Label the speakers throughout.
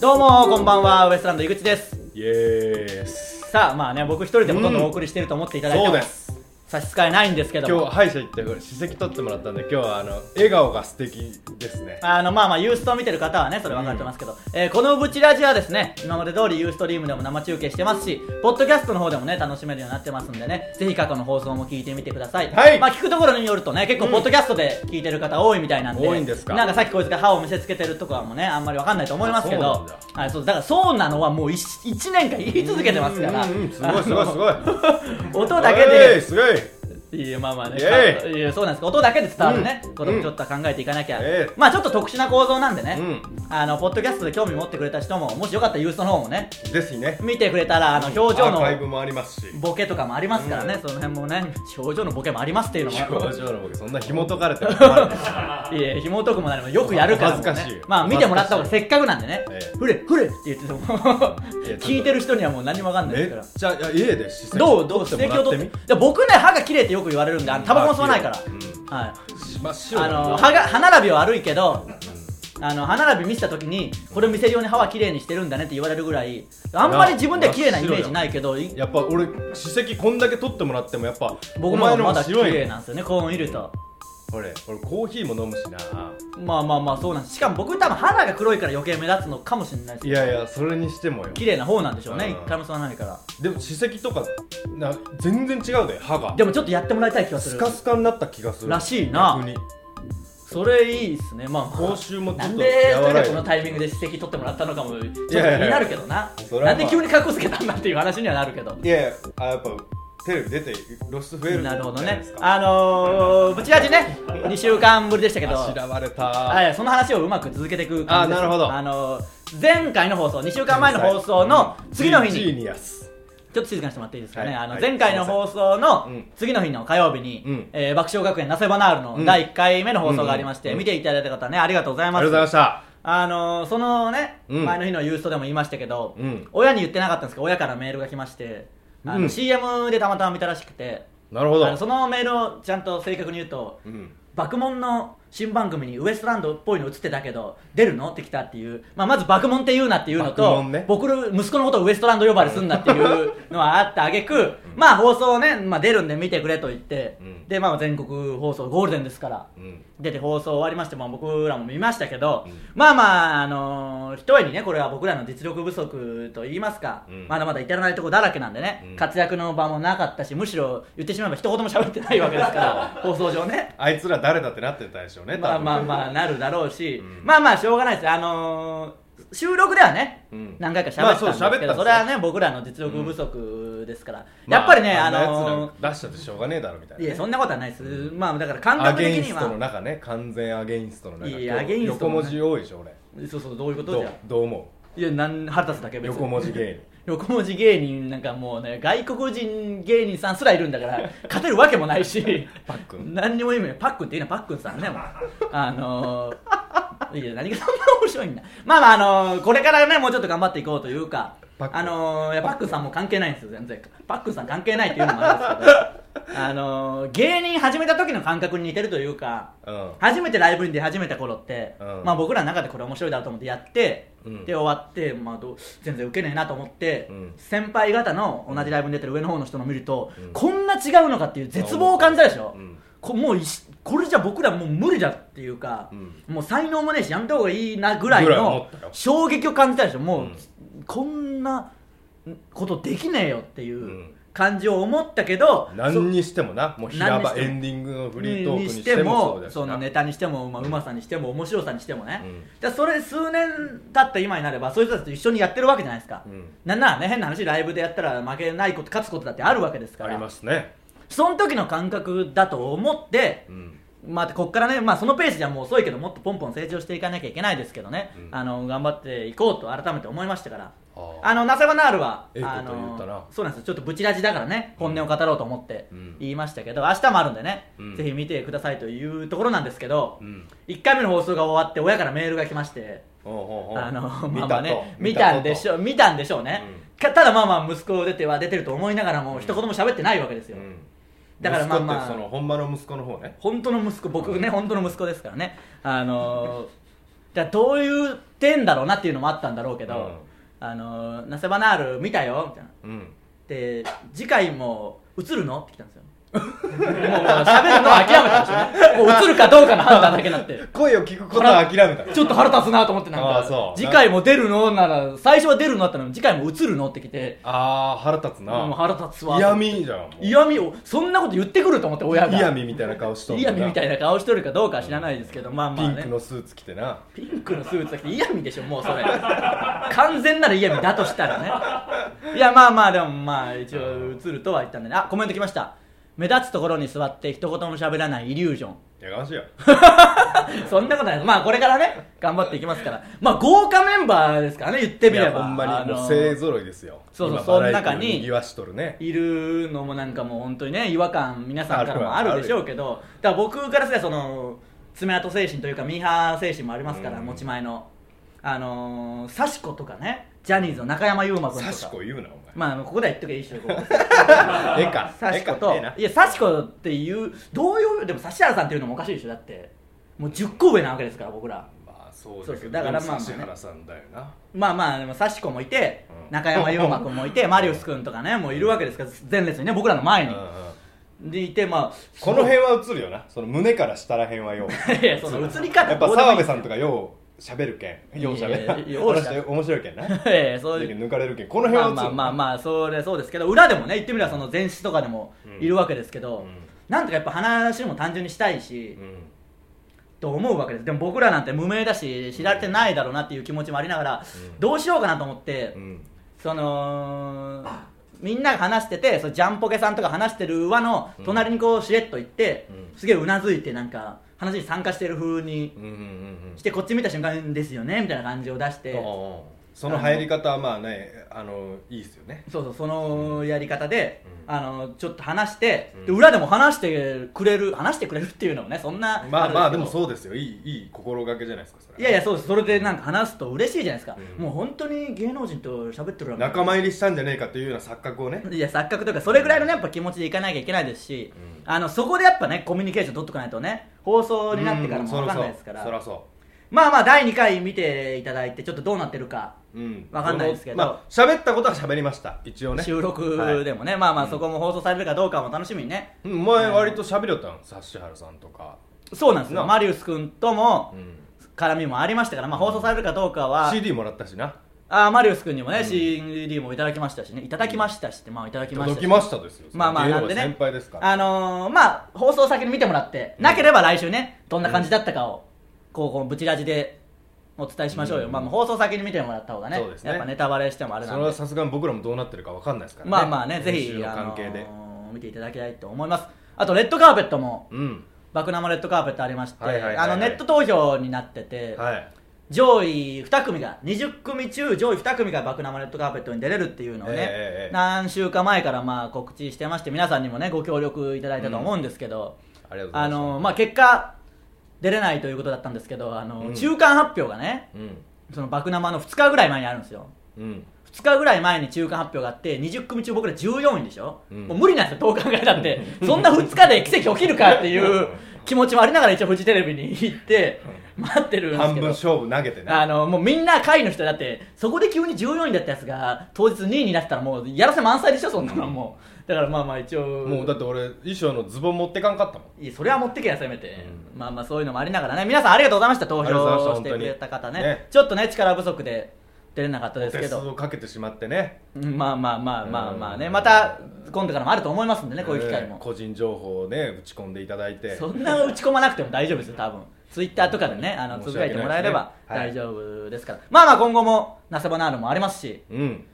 Speaker 1: どうもこんばんはウエストランド井口です
Speaker 2: イエース
Speaker 1: さあまあね僕一人でほとんどお送りしてると思っていただいて
Speaker 2: そう
Speaker 1: も
Speaker 2: です
Speaker 1: 差し支えないんですけど
Speaker 2: 今
Speaker 1: も
Speaker 2: 日歯医者行ってこれ歯石取ってもらったんで今日はあの笑顔が素敵ですね
Speaker 1: あのまあまあユーストを見てる方はねそれ分かってますけど、えーこのブチラジはですね今まで通りユーストリームでも生中継してますしポッドキャストの方でもね楽しめるようになってますんでねぜひ過去の放送も聞いてみてください、
Speaker 2: はい
Speaker 1: まあ聞くところによるとね結構
Speaker 2: うん
Speaker 1: ポッドキャストで聞いてる方多いみたいなんで、
Speaker 2: 多いんですか
Speaker 1: なんかさっきこいつが歯を見せつけてるとかもねあんまり分かんないと思いますけ
Speaker 2: あそう
Speaker 1: ど
Speaker 2: なん
Speaker 1: だ,、はい、そうだからそうなのはもう 1, 一年間言い続けてますから
Speaker 2: うんうんうんすごいすごいすごい
Speaker 1: あの音だけ
Speaker 2: おい
Speaker 1: です
Speaker 2: ごい
Speaker 1: いやまあまあね
Speaker 2: イエ
Speaker 1: いやそうなんです音だけで伝わるね、
Speaker 2: うん
Speaker 1: これもちょっと考えていかなきゃ、
Speaker 2: ええ
Speaker 1: まあちょっと特殊な構造なんでね、
Speaker 2: う
Speaker 1: あのポッドキャストで興味持ってくれた人ももしよかったらユーストの方もね
Speaker 2: んですね
Speaker 1: 見てくれたらあの表情
Speaker 2: アーカイブ
Speaker 1: の
Speaker 2: もありますし
Speaker 1: ボケとかもありますからね、その辺もね表情のボケもありますっていうのも
Speaker 2: 表情の僕そんな紐解かれても困る
Speaker 1: いや紐解くも何もよくやるからもうね
Speaker 2: 恥ずかしい
Speaker 1: まあ見てもらった方が
Speaker 2: 恥
Speaker 1: せっかくなんでね
Speaker 2: え
Speaker 1: 「ふれふれ」って言ってても
Speaker 2: や
Speaker 1: 聞いてる人にはもう何もわかんない
Speaker 2: め
Speaker 1: で
Speaker 2: っ
Speaker 1: すから
Speaker 2: ちゃいや家で歯石
Speaker 1: どうどう
Speaker 2: 取ってもらってみ
Speaker 1: 指摘を取っていや僕ね歯が綺麗ってよく言われるんであのタバコも吸わないから、
Speaker 2: うん
Speaker 1: はい
Speaker 2: 真っ白
Speaker 1: あ
Speaker 2: だな
Speaker 1: の歯が歯並びは悪いけどあの歯並び見せた時にこれ見せるように歯は綺麗にしてるんだねって言われるぐらいあんまり自分では綺麗なイメージないけどい
Speaker 2: やっぱ俺歯石こんだけ取ってもらってもやっぱ
Speaker 1: 僕
Speaker 2: お
Speaker 1: の
Speaker 2: 前
Speaker 1: 方
Speaker 2: の
Speaker 1: がま
Speaker 2: 方が
Speaker 1: だ綺
Speaker 2: 白い
Speaker 1: 麗
Speaker 2: ね
Speaker 1: なんですよねこう見ると
Speaker 2: 俺俺コーヒーも飲むしな
Speaker 1: まあまあまあそうなんですしかも僕多分肌が黒いから余計目立つのかもしれない
Speaker 2: い
Speaker 1: です
Speaker 2: やいやそれにしてもよ
Speaker 1: 綺麗な方なんでしょうね
Speaker 2: うん
Speaker 1: 一回も吸わないから
Speaker 2: でも歯石とかな全然違うで歯が
Speaker 1: でもちょっとやってもらいたい気がす
Speaker 2: ス
Speaker 1: る
Speaker 2: カスカになった気がする
Speaker 1: らしいな
Speaker 2: 逆に
Speaker 1: それいいですねまあ
Speaker 2: 口臭もち
Speaker 1: な
Speaker 2: ょっ
Speaker 1: ん
Speaker 2: と
Speaker 1: で
Speaker 2: 和らい
Speaker 1: こ
Speaker 2: で
Speaker 1: のタイミングで指摘取ってもらったのかもちょっと気に
Speaker 2: いやいや
Speaker 1: なるけどな
Speaker 2: それはま
Speaker 1: な
Speaker 2: あ
Speaker 1: んで急に格好つけたんだっていう話にはなるけど
Speaker 2: いやいやあやっぱテレビ出て露出増える
Speaker 1: なるほど
Speaker 2: じゃ
Speaker 1: ね
Speaker 2: いです。か
Speaker 1: あのー、ブチラジね、2週間ぶりでしたけど、
Speaker 2: あしらわれた
Speaker 1: はい、その話をうまく続けていく感じです。
Speaker 2: あなるほど
Speaker 1: あのー、前回の放送、2週間前の放送の次の
Speaker 2: ジ
Speaker 1: 日
Speaker 2: ー
Speaker 1: に、
Speaker 2: ニアス
Speaker 1: ちょっと静かにしてもらっていいですかね。
Speaker 2: はい
Speaker 1: あの、
Speaker 2: はい
Speaker 1: 前回の放送の
Speaker 2: うん
Speaker 1: 次の日の火曜日に、
Speaker 2: うん
Speaker 1: えー爆笑学園ナセバナール
Speaker 2: う
Speaker 1: の
Speaker 2: ん
Speaker 1: 第1回目の放送がありまして、
Speaker 2: うん
Speaker 1: 見ていただいた方ね、ありがとうござい
Speaker 2: あ
Speaker 1: ま。
Speaker 2: りがとうございますした
Speaker 1: あのー、そのね、
Speaker 2: うん
Speaker 1: 前の日のユーストでも言いましたけど、
Speaker 2: うん
Speaker 1: 親に言ってなかったんですけど、親からメールが来まして、あの
Speaker 2: うん
Speaker 1: CM でたまたま見たらしくて、
Speaker 2: なるほ
Speaker 1: あの
Speaker 2: ど
Speaker 1: そのメールをちゃんと正確に言うと
Speaker 2: うん
Speaker 1: 爆問の新番組にウエストランドっぽいの映ってたけど出るのって来たっていう、まあ、まず爆問って言うなっていうの
Speaker 2: 爆
Speaker 1: と、
Speaker 2: 問ね
Speaker 1: 僕の息子のことをウエストランド呼ばわりすんなっていうのはあったあげくまあ放送をね、まあ、出るんで見てくれと言って、
Speaker 2: うん
Speaker 1: でまあ全国放送ゴールデンですから
Speaker 2: うん
Speaker 1: 出て放送終わりまして、まあ、僕らも見ましたけど、
Speaker 2: うん
Speaker 1: まあまあ、あのーひとえにねこれは僕らの実力不足と言いますか、
Speaker 2: うん
Speaker 1: まだまだ至らないとこだらけなんでね、
Speaker 2: うん
Speaker 1: 活躍の場もなかったしむしろ言ってしまえば一言も喋ってないわけですから 放送上ね。
Speaker 2: あいつら誰だってなってたでしょうね
Speaker 1: まあまあ
Speaker 2: あ
Speaker 1: まあなるだろうし、
Speaker 2: うん
Speaker 1: まあまあしょうがないですあのー収録ではね、
Speaker 2: うん
Speaker 1: 何回か喋ったんですけど、
Speaker 2: まあそう喋ったんですよ
Speaker 1: それはね僕らの実力不足ですから、
Speaker 2: まあ
Speaker 1: やっぱりねあ
Speaker 2: んなやつら
Speaker 1: のー
Speaker 2: 出したってしょうがねえだろみたいない
Speaker 1: やそ
Speaker 2: ね
Speaker 1: んなことはないです、まあだから感
Speaker 2: ア
Speaker 1: 覚的
Speaker 2: ゲイン
Speaker 1: に
Speaker 2: ストの
Speaker 1: は
Speaker 2: 中ね完全アゲインストの中
Speaker 1: いやアゲインスト
Speaker 2: 横
Speaker 1: もね
Speaker 2: 文字多いでしょ俺
Speaker 1: そうそうどういうこと
Speaker 2: ど
Speaker 1: じ
Speaker 2: う
Speaker 1: ゃ
Speaker 2: どう思
Speaker 1: いやなん腹立つだけ
Speaker 2: う
Speaker 1: 別に
Speaker 2: 横文字芸
Speaker 1: 横文字芸人なんかもうね外国人芸人さんすらいるんだから勝てるわけもないし
Speaker 2: パックン
Speaker 1: 何にも意味ないパックンっていうのはパックンさんねもうあのー、いや何がそんな面白いんだまあまああのー、これからねもうちょっと頑張っていこうというか
Speaker 2: パックン
Speaker 1: あのー、いやパックンさんも関係ないんですよ全然パックンさん関係ないっていうのもあるんです けどあのー、芸人始めた時の感覚に似てるというか
Speaker 2: うん
Speaker 1: 初めてライブに出始めた頃って、
Speaker 2: うん
Speaker 1: まあ、僕らの中でこれ面白いだろうと思ってやって、
Speaker 2: うん
Speaker 1: で終わって、まあ、どう全然ウケねえなと思って、
Speaker 2: うん
Speaker 1: 先輩方の同じライブに出てる上の方の人の見ると、
Speaker 2: うん
Speaker 1: こんな違うのかっていう絶望を感じたでしょ、
Speaker 2: うん
Speaker 1: こもういしこれじゃ僕らもう無理だっていうか、
Speaker 2: う
Speaker 1: もう才能もねえしやめた方がいいなぐらい
Speaker 2: ぐらい思
Speaker 1: の
Speaker 2: ったよ
Speaker 1: 衝撃を感じたでしょもう、
Speaker 2: うん
Speaker 1: こんなことできねえよっていううん感じを思ったけど、
Speaker 2: 何にしてもなもう平
Speaker 1: 何にし
Speaker 2: 場
Speaker 1: ても
Speaker 2: エンディングのフリートーク
Speaker 1: に
Speaker 2: に
Speaker 1: し
Speaker 2: してて
Speaker 1: も
Speaker 2: も
Speaker 1: そ
Speaker 2: そうだしな
Speaker 1: のネタにしても、まあ、うまさにしても面白さにしてもね、
Speaker 2: うん
Speaker 1: じゃそれ数年経った今になればそういう人たちと一緒にやってるわけじゃないですか、
Speaker 2: うん
Speaker 1: なんならね変な話ライブでやったら負けないこと勝つことだってあるわけですか
Speaker 2: ありま
Speaker 1: ら
Speaker 2: すね
Speaker 1: その時の感覚だと思って
Speaker 2: うん
Speaker 1: まあ、こっからね、まあ、そのペースじゃもう遅いけどもっとポンポン成長していかなきゃいけないですけどね、
Speaker 2: うん
Speaker 1: あの頑張っていこうと改めて思いましたから
Speaker 2: あ
Speaker 1: あのナセバナールは
Speaker 2: ええこと
Speaker 1: あの
Speaker 2: 言ったな
Speaker 1: そうなんですよちょっとブチラジだからね本音を語ろうと思って
Speaker 2: うん
Speaker 1: 言いましたけど、明日もあるんでね、
Speaker 2: うん
Speaker 1: ぜひ見てくださいというところなんですけど、
Speaker 2: うん
Speaker 1: 一1回目の放送が終わって親からメールが来まして。
Speaker 2: ほうほうほう
Speaker 1: あの
Speaker 2: 見
Speaker 1: まあま
Speaker 2: たと
Speaker 1: あね見たんでし
Speaker 2: ょ
Speaker 1: ょう見たんでしょうね、かただまあまあ息子出ては出てると思いながらも一言も喋ってないわけですよ、だ
Speaker 2: だ
Speaker 1: か
Speaker 2: からら
Speaker 1: ま
Speaker 2: ま
Speaker 1: あ
Speaker 2: あ
Speaker 1: まあ
Speaker 2: まあその本場の息子の方ね
Speaker 1: 本当の息子僕ね本当の息子ですからねあのーだからどういう点だろうなっていうのもあったんだろうけど、
Speaker 2: うん
Speaker 1: あのーナセバナール見たよみたいな
Speaker 2: うん
Speaker 1: で次回も映るのって来たんですよもうもう喋るのは諦めたんですよねもう映るかどうかの判断だけになって
Speaker 2: 声を聞くことは諦めた
Speaker 1: ちょっと腹立つなと思ってなん
Speaker 2: あー
Speaker 1: か
Speaker 2: そう
Speaker 1: 次回も出るのなら最初は出るのだったのに次回も映るのって来て
Speaker 2: ああ腹立つ
Speaker 1: もう
Speaker 2: な
Speaker 1: 腹立つわ
Speaker 2: 嫌味じゃんもう
Speaker 1: 嫌味をそんなこと言ってくると思って親が
Speaker 2: 嫌味みたいな顔しとんな
Speaker 1: 嫌味みたいな顔してるかどうかは知らないですけどまあま
Speaker 2: ピ
Speaker 1: あ
Speaker 2: ン
Speaker 1: ね
Speaker 2: クのスーツ着てな
Speaker 1: ピンクのスーツ着て嫌味でしょもうそれ完全なる嫌味だとしたらねいやまあまあでもまあ一応映るとは言ったんでねあコメント来ました目立つところに座って一言も喋らないイリュージョン
Speaker 2: やかましいよ
Speaker 1: そんなことないですまあこれからね頑張っていきますからまあ豪華メンバーですからね言ってみ
Speaker 2: い
Speaker 1: れ
Speaker 2: や
Speaker 1: ば
Speaker 2: ほんま
Speaker 1: あ
Speaker 2: に
Speaker 1: の
Speaker 2: もう勢ぞろいですよ
Speaker 1: そうそう
Speaker 2: 今バラエティ
Speaker 1: その中に
Speaker 2: にぎわしとるね
Speaker 1: いるのもなんかもう本当にね違和感皆さんからもあ
Speaker 2: あるあ
Speaker 1: る
Speaker 2: る
Speaker 1: でしょうけどだから僕からすればその爪痕精神というかミーハー精神もありますから、
Speaker 2: うん
Speaker 1: 持ち前のあのー、サシコとかねジャニーズの中山優馬君
Speaker 2: サ
Speaker 1: と
Speaker 2: シ
Speaker 1: か
Speaker 2: コ言うなお前
Speaker 1: まああのここでは言っとけばいいでしょここ
Speaker 2: ええか
Speaker 1: サシコ
Speaker 2: え
Speaker 1: と
Speaker 2: えかえ
Speaker 1: いやサシコっていうどういうでも指原さんっていうのもおかしいでしょだってもう10個上なわけですから僕ら
Speaker 2: えなまあそう
Speaker 1: そう
Speaker 2: だ
Speaker 1: そ
Speaker 2: け
Speaker 1: う
Speaker 2: ど
Speaker 1: だ
Speaker 2: だ
Speaker 1: か
Speaker 2: か
Speaker 1: まあ
Speaker 2: ららまあ指原さんだよな
Speaker 1: まあまあでもサシコもいて、
Speaker 2: うん
Speaker 1: 中山優馬君もい てマリウス君とかねもういるわけですから前列にね僕らの前
Speaker 2: うん
Speaker 1: に
Speaker 2: う、ん
Speaker 1: でいてまあ
Speaker 2: この辺は映るよなその胸から下ら辺はよう
Speaker 1: いやその映り方
Speaker 2: やっぱ澤部さんとかよう喋るけんよう
Speaker 1: いやいや
Speaker 2: 喋
Speaker 1: いや
Speaker 2: るあの人面白いけんなだ
Speaker 1: ええそう
Speaker 2: け
Speaker 1: い
Speaker 2: ど
Speaker 1: う
Speaker 2: 抜かれるけんこの
Speaker 1: ま
Speaker 2: 辺は
Speaker 1: あ
Speaker 2: 映る
Speaker 1: まあまあまあそれそうですけど裏でもね言ってみればその前室とかでもいるわけですけど、
Speaker 2: うん
Speaker 1: なんとかやっぱ話も単純にしたいし、
Speaker 2: うん
Speaker 1: と思うわけですでも僕らなんて無名だし知られてないだろうなっていう気持ちもありながら、
Speaker 2: うん
Speaker 1: どうしようかなと思って、
Speaker 2: うん
Speaker 1: そのみんなが話しててそのジャンポケさんとか話してる輪の隣にこうしれっと行って、
Speaker 2: うん
Speaker 1: すげえうなずいてなんか話に参加してる風に
Speaker 2: うんうんうん
Speaker 1: してこっち見た瞬間ですよねみたいな感じを出して。
Speaker 2: うんその入り方はまあねあのいいっすよね
Speaker 1: そうそうそのやり方で、
Speaker 2: うん
Speaker 1: あのちょっと話して、で
Speaker 2: うん
Speaker 1: 裏でも話してくれる話してくれるっていうのもねそんな
Speaker 2: まあまあでも
Speaker 1: う
Speaker 2: そうですよいいいい心がけじゃないですかそれ
Speaker 1: いやいやそうですそれでなんか話すと嬉しいじゃないですか、
Speaker 2: うん
Speaker 1: もう本当に芸能人と喋ってるわけ
Speaker 2: 仲間入りしたんじゃねえかというような錯覚をね
Speaker 1: いや錯覚というかそれぐらいのねやっぱ気持ちでいかなきゃいけないですし、
Speaker 2: う
Speaker 1: あのそこでやっぱねコミュニケーション取っとかないとね放送になってからも分かんないですから、
Speaker 2: うんそらそ
Speaker 1: まあまあ第2回見ていただいてちょっとどうなってるか
Speaker 2: ううん
Speaker 1: わかんないですけど
Speaker 2: そのまあ喋ったことは喋りました一応ね
Speaker 1: 収録でもね、まあまあそこも放送されるかどうかも楽しみにね
Speaker 2: うんお前割と喋りよったん指原さんとか
Speaker 1: そうなんですよ
Speaker 2: な
Speaker 1: マリウス君とも、
Speaker 2: うん
Speaker 1: 絡みもありましたから、まあ、放送されるかどうかは、
Speaker 2: CD もらったしな
Speaker 1: あーマリウス君にもね、
Speaker 2: うん
Speaker 1: CD もいただきましたしねいただきましたしって、まあ、いただきましたし
Speaker 2: 届きましたですよ
Speaker 1: まあまあ
Speaker 2: 芸能
Speaker 1: なんでね
Speaker 2: 先輩ですから
Speaker 1: あのーまあ放送先に見てもらって、なければ来週ねどんな感じだったかを、こうこうブチラジでお伝えしましょうよ、
Speaker 2: うん
Speaker 1: まあ、放送先に見てもらった方がね
Speaker 2: そうですね
Speaker 1: やっぱネタバレしてもあれな
Speaker 2: そ
Speaker 1: ん
Speaker 2: れ
Speaker 1: で
Speaker 2: はさすがに僕らもどうなってるかわかんないですからね
Speaker 1: まあまあねぜ
Speaker 2: 練習
Speaker 1: ひ、
Speaker 2: の
Speaker 1: あの
Speaker 2: 関係で
Speaker 1: ー見ていただきたいと思いますあとレッドカーペットも
Speaker 2: うん
Speaker 1: バクナマレッドカーペットありまして、
Speaker 2: はいはいはい
Speaker 1: あ
Speaker 2: はい
Speaker 1: のネット投票になってて、
Speaker 2: はい
Speaker 1: 上位2組が20組中上位2組がバクナマレッドカーペットに出れるっていうのをね、
Speaker 2: ええええ
Speaker 1: 何週か前からまあ告知してまして皆さんにもねご協力いただいたと思うんですけど、
Speaker 2: ありがとうございま
Speaker 1: あ
Speaker 2: す
Speaker 1: のまあ、結果出れないということだったんですけどあの、
Speaker 2: うん
Speaker 1: 中間発表がね
Speaker 2: うん
Speaker 1: そのバクナマの2日ぐらい前にあるんですよ
Speaker 2: うん
Speaker 1: 2日ぐらい前に中間発表があって20組中僕ら14位でしょ、
Speaker 2: うん
Speaker 1: もう無理なんですよどう考えたってそんな2日で奇跡起きるかっていう気持ちもありながら一応フジテレビに行って待ってるんです
Speaker 2: 半
Speaker 1: け
Speaker 2: 分
Speaker 1: ど
Speaker 2: 勝負投げてね
Speaker 1: あのもうみんな下位の人だってそこで急に14位だったやつが当日2位になってたらもうやらせ満載でしょそんなのもうだからまあまあ一応
Speaker 2: もうだって俺衣装のズボン持ってかんかったもん
Speaker 1: いやそれは持ってけやせめて、まあまあそういうのもありながらね皆さんありがとうございました投
Speaker 2: ありがとうございました
Speaker 1: 票してくれた方ね
Speaker 2: 本当にね
Speaker 1: ちょっとね力不足で出れなかったですけ
Speaker 2: 鉄
Speaker 1: ど
Speaker 2: をかけてしまってね
Speaker 1: うんまあまあまあまあまあね
Speaker 2: うん
Speaker 1: また今度からもあると思いますんでねこういう機会
Speaker 2: えー
Speaker 1: も、
Speaker 2: 個人情報をね打ち込んでいただいて
Speaker 1: そんな打ち込まなくても大丈夫ですよ多分ツイッターとかでねあのつ
Speaker 2: 申
Speaker 1: ぶ
Speaker 2: し
Speaker 1: やいて
Speaker 2: 訳ないですね
Speaker 1: もらえれば
Speaker 2: はい
Speaker 1: 大丈夫ですから、まあまあ今後もナセバナールもありますし
Speaker 2: うん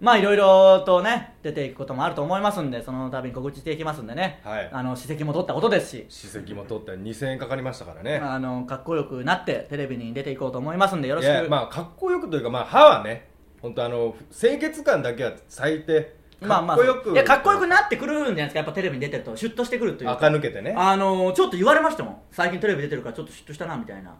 Speaker 1: まあいろいろとね出ていくこともあると思いますんでその度に告知していきますんでね、
Speaker 2: はい
Speaker 1: あの史跡も取ったことですし、
Speaker 2: 史跡も取って2000円かかりましたからね
Speaker 1: あのかっこよくなってテレビに出ていこうと思いますんでよろし
Speaker 2: いや
Speaker 1: く
Speaker 2: まあかっこよくというかまあ歯はね本当あの清潔感だけは最低
Speaker 1: まあま
Speaker 2: か
Speaker 1: あ
Speaker 2: っこよく
Speaker 1: いやかっこよくなってくるんじゃないですかやっぱテレビに出てるとシュッとしてくるという
Speaker 2: 垢
Speaker 1: か
Speaker 2: 抜けてね
Speaker 1: あのちょっと言われましたもん最近テレビ出てるからちょっとシュッとしたなみたいな、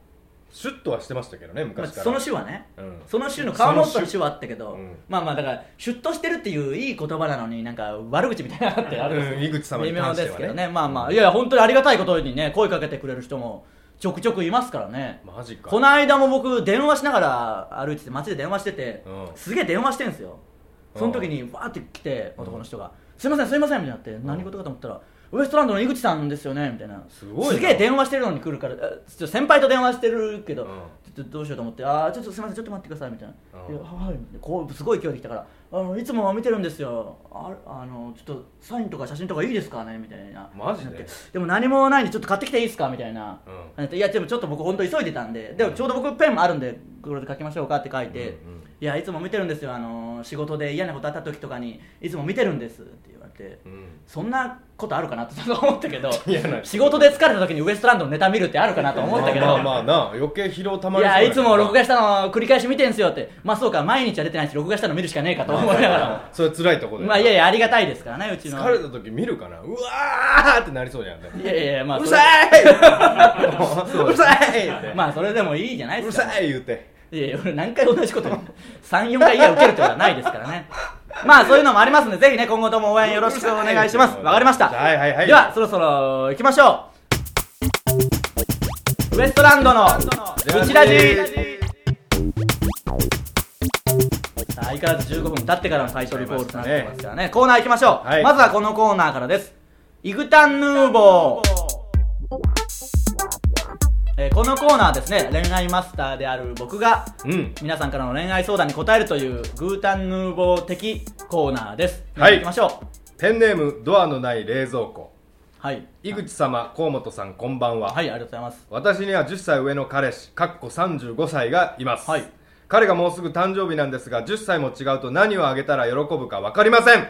Speaker 2: シュッとはしてましたけどね
Speaker 1: まあ、
Speaker 2: 昔から
Speaker 1: その週はね、
Speaker 2: うん
Speaker 1: その週の顔もった週はあったけど、
Speaker 2: その週うん
Speaker 1: まあまあだからシュッとしてるっていういい言葉なのになんか悪口みたいなのってあるんですよ
Speaker 2: うん井口様に
Speaker 1: 微妙
Speaker 2: 関してはね
Speaker 1: ですけどねまあまあいやいや本当にありがたいことにね声かけてくれる人もちょくちょくいますからね
Speaker 2: マジか
Speaker 1: この間も僕電話しながら歩いてて街で電話してて、
Speaker 2: うん
Speaker 1: すげえ電話してんですよその時にわーって来て
Speaker 2: うん
Speaker 1: 男の人が「すいませんすいません」みたいになって、何事かと思ったら「ウエストランドの井口さんですよね」みたいな
Speaker 2: すごいな
Speaker 1: げえ電話してるのに来るからあちょっと先輩と電話してるけど、
Speaker 2: うん
Speaker 1: ちょっとどうしようと思って「ああちょっとすいませんちょっと待ってください」みたいな「
Speaker 2: うん
Speaker 1: いやはい」こうすごい勢いで来たから「あのいつもは見てるんですよああのちょっとサインとか写真とかいいですかね」みたいな
Speaker 2: マジ
Speaker 1: な
Speaker 2: で
Speaker 1: ってでも何もないんでちょっと買ってきていいですかみたいな、
Speaker 2: う
Speaker 1: いやでもちょっと僕本当急いでたんででもちょうど僕ペンもあるんでこれで書きましょうかって書いて、
Speaker 2: うんうん
Speaker 1: いやいつも見てるんですよあの仕事で嫌なことあった時とかにいつも見てるんですって言われて、
Speaker 2: うん
Speaker 1: そんなことあるかなって思ったけど
Speaker 2: 嫌な
Speaker 1: 仕事で疲れた時にウエストランドのネタ見るってあるかなと思ったけど
Speaker 2: まあまあまあな余計疲労たま
Speaker 1: い
Speaker 2: りそう
Speaker 1: や
Speaker 2: だけ
Speaker 1: い
Speaker 2: ど
Speaker 1: つも録画したの繰り返し見てんすよってまあそうか毎日は出てないし録画したの見るしかねえかと思いな がらも
Speaker 2: それ辛いとこだよ
Speaker 1: まあいやいやありがたいですからねうちの
Speaker 2: 疲れた時見るかなうわーってなりそうじゃん
Speaker 1: いやいやいやまあ
Speaker 2: う
Speaker 1: そ
Speaker 2: る
Speaker 1: れ
Speaker 2: さいうるさいって
Speaker 1: まあそれでもいいじゃないで
Speaker 2: うる
Speaker 1: すか
Speaker 2: さい言うて
Speaker 1: いやいや俺何回同じこと34回いや受けるってことはないですからねまあそういうのもありますんでぜひね今後とも応援よろしくお願いしますわかりました
Speaker 2: はいはいはい
Speaker 1: ではそろそろ行きましょうウエストランドのブチラジさあ相変わらず15分経ってからの最初リポートになってますからねコーナー行きましょう、
Speaker 2: はい
Speaker 1: まずはこのコーナーからですイグタンヌーボーえーこのコーナーはですね恋愛マスターである僕が
Speaker 2: うん
Speaker 1: 皆さんからの恋愛相談に答えるというグータンヌーボー的コーナーです
Speaker 2: はい
Speaker 1: 行きましょう
Speaker 2: ペンネームドアのない冷蔵庫
Speaker 1: はい
Speaker 2: 井口様河本さんこんばんは、
Speaker 1: はいありがとうございます
Speaker 2: 私には10歳上の彼氏かっこ35歳がいます、
Speaker 1: はい
Speaker 2: 彼がもうすぐ誕生日なんですが10歳も違うと何をあげたら喜ぶか分かりません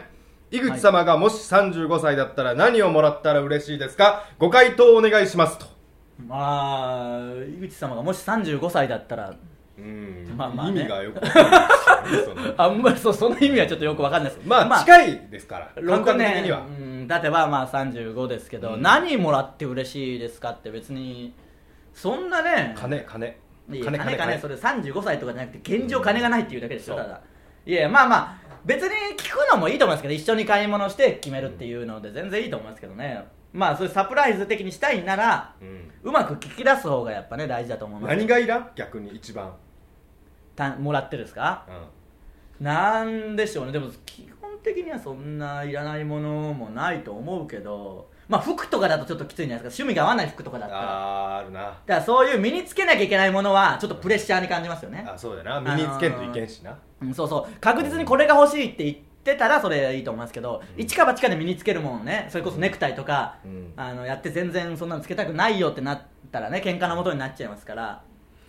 Speaker 2: 井口様がもし35歳だったら何をもらったら嬉しいですかご回答お願いしますと
Speaker 1: まあ井口様がもし35歳だったら
Speaker 2: うん
Speaker 1: まあまあね
Speaker 2: 意味がよく分かんないその
Speaker 1: あんまりそうその意味はちょっとよくわかんないです
Speaker 2: まあ、
Speaker 1: い
Speaker 2: 近いですから感
Speaker 1: 6
Speaker 2: 覚的
Speaker 1: 年
Speaker 2: には
Speaker 1: うんだってはまあ35ですけど、
Speaker 2: うん
Speaker 1: 何もらって嬉しいですかって別にそんなね
Speaker 2: 金金
Speaker 1: いや金金それ35歳とかじゃなくて現状金がないっていうだけでしょ、
Speaker 2: そう
Speaker 1: ただいやまあまあ別に聞くのもいいと思いますけど一緒に買い物して決めるっていうので全然いいと思いますけどねまあそういうサプライズ的にしたいなら
Speaker 2: うん
Speaker 1: うまく聞き出す方がやっぱね大事だと思います
Speaker 2: 何がいらん逆に一番、
Speaker 1: たもらってですか
Speaker 2: う
Speaker 1: なんでしょうねでも基本的にはそんないらないものもないと思うけどまあ服とかだとちょっときついんじゃないですか趣味が合わない服とかだ
Speaker 2: ん、
Speaker 1: ったら
Speaker 2: あーあるな
Speaker 1: だからそういう身につけなきゃいけないものはちょっとプレッシャーに感じますよね
Speaker 2: あそうだな身につけんといけんしな、
Speaker 1: うん、そうそう確実にこれが欲しいって言ってたらそれいいと思いますけど、
Speaker 2: うん
Speaker 1: 一か八かで身につけるもんねそれこそネクタイとか、
Speaker 2: うん
Speaker 1: あのやって全然そんなのつけたくないよってなったらね喧嘩の元になっちゃいますから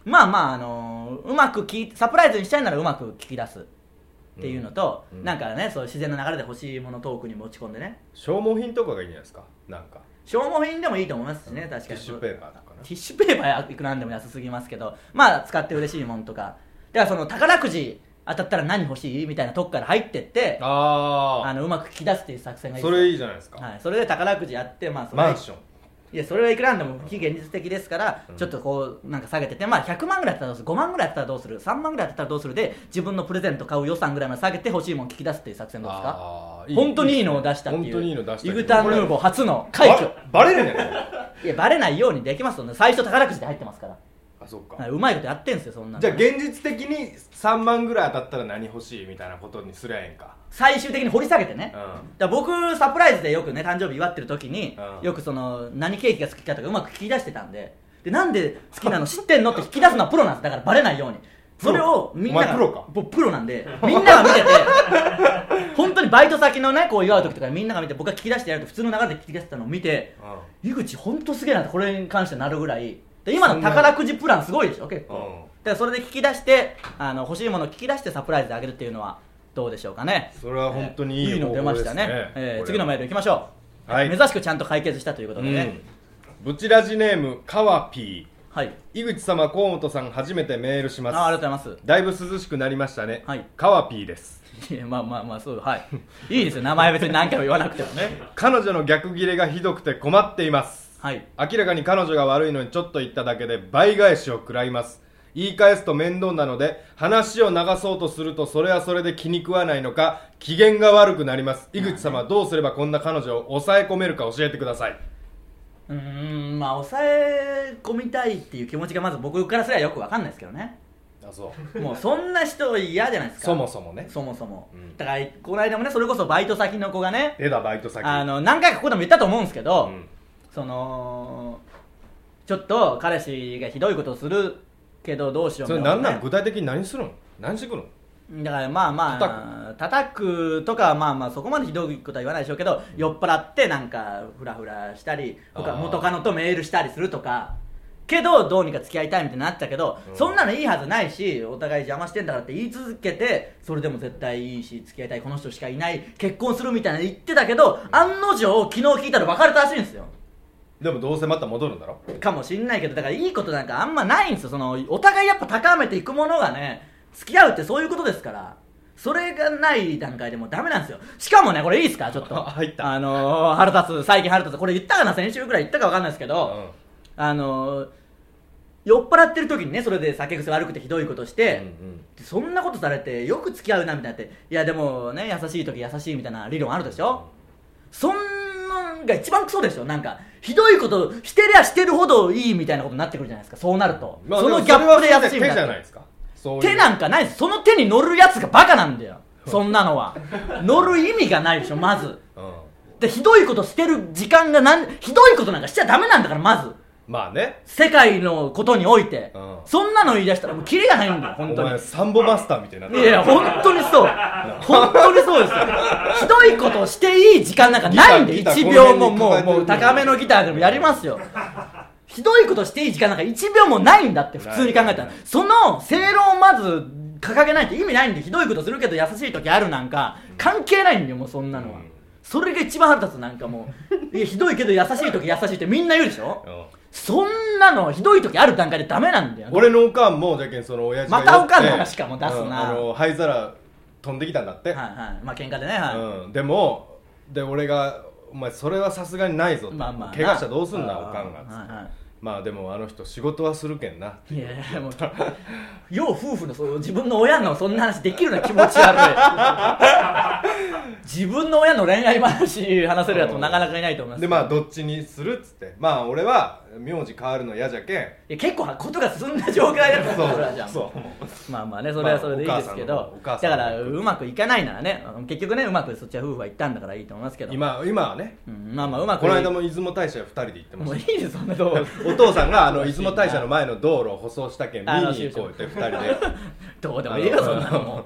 Speaker 1: まあまあ、あのーうまく聞いサプライズにしたいならうまく聞き出すっていうのと、
Speaker 2: うんうん
Speaker 1: なんかねそう自然な流れで欲しいものトークに持ち込んでね
Speaker 2: 消耗品とかがいいんじゃないですかなんか
Speaker 1: 消耗品でもいいと思いますしね、確かに
Speaker 2: ティッシュペーパーとかな
Speaker 1: ティッシュペーパーはいくらなんでも安すぎますけどまあ使って嬉しいもんとかだからその宝くじ当たったら何欲しいみたいなとこから入ってって
Speaker 2: あ
Speaker 1: あのうまく聞き出すっていう作戦がいい
Speaker 2: それ
Speaker 1: い
Speaker 2: いいじゃないですか、
Speaker 1: はい、それで宝くじやってまあそれ
Speaker 2: マンション
Speaker 1: いやそれはいくらなんでも非現実的ですから、
Speaker 2: うん
Speaker 1: ちょっとこうなんか下げてて、まあ、100万ぐらいだったらどうする5万ぐらいだったらどうする3万ぐらいだったらどうするで自分のプレゼント買う予算ぐらいまで下げて欲しいもん聞き出すっていう作戦どうですか
Speaker 2: あー
Speaker 1: 本当にいいのを出したっていう
Speaker 2: 本当にいいの出した
Speaker 1: イグタンヌーボー初の快挙
Speaker 2: バレるねんじゃない
Speaker 1: いやバレないようにできますよね最初宝くじで入ってますから
Speaker 2: あそっか、
Speaker 1: はいうまいことやってんすよそんなの
Speaker 2: じゃあ現実的に3万ぐらい当たったら何欲しいみたいなことにすりゃええんか
Speaker 1: 最終的に掘り下げてね、
Speaker 2: うん
Speaker 1: だから僕サプライズでよくね誕生日祝ってる時に、
Speaker 2: うん
Speaker 1: よくその何ケーキが好きかとかうまく聞き出してたんででなんで好きなの知ってんのって引き出すのはプロなんですだからバレないように
Speaker 2: プロ
Speaker 1: それをみんなが
Speaker 2: お前プロか
Speaker 1: 僕プロなんでみんなが見 てて本当にバイト先のねこう祝う時とかにみんなが見て僕が聞き出してやると普通の流れで聞き出してたのを見て井口本当すげえなってこれに関してなるぐらいで今の宝くじプランすごいでしょ結構、
Speaker 2: うん
Speaker 1: だからそれで聞き出してあの欲しいものを聞き出してサプライズであげるっていうのはどうでしょうかね
Speaker 2: それは本当にいい
Speaker 1: えーの出ましたね
Speaker 2: 方法ですねこれ
Speaker 1: えー
Speaker 2: は
Speaker 1: 次のメールいきましょう、
Speaker 2: はい
Speaker 1: 目指しくちゃんと解決したということ
Speaker 2: う
Speaker 1: で
Speaker 2: ん、
Speaker 1: ね、
Speaker 2: ブチラジネームカワピ
Speaker 1: はい
Speaker 2: ー井口様河本さん初めてメールします
Speaker 1: あありがとうございま
Speaker 2: だいぶ涼しくなりましたね、
Speaker 1: はい
Speaker 2: カワピーです
Speaker 1: すいやまあまあまあそうはいいいですよ名前別に何回も言わなくてもね
Speaker 2: 彼女の逆ギレがひどくて困っています
Speaker 1: はい
Speaker 2: 明らかに彼女が悪いのにちょっと言っただけで倍返しを食らいます言い返すと面倒なので話を流そうとするとそれはそれで気に食わないのか機嫌が悪くなります井口様どうすればこんな彼女を抑え込めるか教えてください
Speaker 1: うーんまあ抑え込みたいっていう気持ちがまず僕からすらよくわかんないですけどね
Speaker 2: あそう
Speaker 1: もうそんな人嫌じゃないですか
Speaker 2: そもそもね
Speaker 1: そもそも、
Speaker 2: うん
Speaker 1: だからこの間もねそれこそバイト先の子がね
Speaker 2: 出たバイト先
Speaker 1: あの何回かここでも言ったと思うんですけ
Speaker 2: う
Speaker 1: ど、
Speaker 2: ん
Speaker 1: そのちょっと彼氏がひどいことするけどどうしよう
Speaker 2: それ
Speaker 1: みたい
Speaker 2: 何
Speaker 1: ね
Speaker 2: なん具体的に何するの何してくるの
Speaker 1: だからまあまあ叩くとかはまあまあそこまでひどいことは言わないでしょうけど、酔っ払ってなんかフラフラしたり他
Speaker 2: あー
Speaker 1: 元カノとメールしたりするとかけどどうにか付き合いたいみたいになったけど、
Speaker 2: うん
Speaker 1: そんなのいいはずないしお互い邪魔してんだからって言い続けてそれでも絶対いいし付き合いたいこの人しかいない結婚するみたいなの言ってたけど、案の定昨日聞いたら別れたらしいんですよ
Speaker 2: でもどうせまた戻るんだろ
Speaker 1: かもしんないけどだからいいことなんかあんまないんですよそのお互いやっぱ高めていくものがね付き合うってそういうことですからそれがない段階でもうダメなんですよしかもねこれいいですかちょっと
Speaker 2: 入った
Speaker 1: あのー、腹立つ最近腹立つこれ言ったかな先週ぐらい言ったかわかんないですけ
Speaker 2: う
Speaker 1: ど、あのー、酔っ払ってる時にねそれで酒癖悪くてひどいことして、
Speaker 2: うん
Speaker 1: そんなことされてよく付き合うなみたいになっていやでもね優しい時優しいみたいな理論あるでしょそんなんが一番クソでしょなんかひどいことしてりゃしてるほどいいみたいなことになってくるじゃないですかそうなると、
Speaker 2: まあ
Speaker 1: その
Speaker 2: も
Speaker 1: ギャップで優しいみたい
Speaker 2: それはそれで手じゃ
Speaker 1: な
Speaker 2: ないですかそういう
Speaker 1: 手なんかないですその手に乗るやつがバカなんだよそんなのは乗る意味がないでしょまず
Speaker 2: うん
Speaker 1: でひどいことしてる時間がなんひどいことなんかしちゃダメなんだからまず
Speaker 2: まあね
Speaker 1: 世界のことにおいて、
Speaker 2: うん
Speaker 1: そんなの言い出したらもうキリがないんだよ本当
Speaker 2: お
Speaker 1: に
Speaker 2: 前サンボマスターみたいになっ
Speaker 1: い
Speaker 2: てる
Speaker 1: やいや本当にそう本当に そうですよひどいことしていい時間なんかないんで
Speaker 2: ギターギター
Speaker 1: 1秒も
Speaker 2: この
Speaker 1: もう
Speaker 2: 辺に
Speaker 1: もう高めのギターでもやりますよひどいことしていい時間なんか1秒もないんだって普通に考えた
Speaker 2: ない
Speaker 1: ら
Speaker 2: ない
Speaker 1: その正論をまず掲げないと意味ないんでひどいことするけど優しい時あるなんか関係ないんだよもうそんなのは、
Speaker 2: うん
Speaker 1: それが一番腹立つなんかもういやひどいけど優しい時優しいってみんな言うでしょ
Speaker 2: うん
Speaker 1: そんなのひどい時ある段階でダメなんだよ
Speaker 2: 俺のおかんもじゃけんその親父が
Speaker 1: またおかんの
Speaker 2: 酔って
Speaker 1: 話かもう出すな
Speaker 2: うんあの灰皿飛んできたんだって、
Speaker 1: はいはいまあ喧嘩でねはい、
Speaker 2: うん、でもで俺が「お前それはさすがにないぞ」と、
Speaker 1: まあまあな
Speaker 2: 怪我したらどうすんな
Speaker 1: あー
Speaker 2: おかんが」つって、
Speaker 1: はいはい
Speaker 2: まあでもあの人仕事はするけんない
Speaker 1: やいやもうよう夫婦のそう自分の親のそんな話できるな気持ち悪い 自分の親の恋愛話話せるやつもなかなかいないと思います
Speaker 2: でまあどっちにするっつってまあ俺は名字変わるの嫌じゃけん
Speaker 1: いや結構ことが進んだ状態だったんですよそれはじゃあ
Speaker 2: そう
Speaker 1: まあまあねそれはそれでいいですけ
Speaker 2: まあ
Speaker 1: ど、
Speaker 2: お母
Speaker 1: だ
Speaker 2: さん
Speaker 1: か
Speaker 2: の
Speaker 1: らうまくいかないならねあの結局ねうまくそっちは夫婦は行ったんだからいいと思いますけど、
Speaker 2: 今今はね
Speaker 1: うん、まあまあうまく
Speaker 2: この間も出雲大社2人で行ってま
Speaker 1: もう
Speaker 2: し
Speaker 1: いいですそんなとこ
Speaker 2: たお父さんがあの出雲大社の前の道路を舗装したけん見に行こうって2人で
Speaker 1: どうでもいいよそんなの も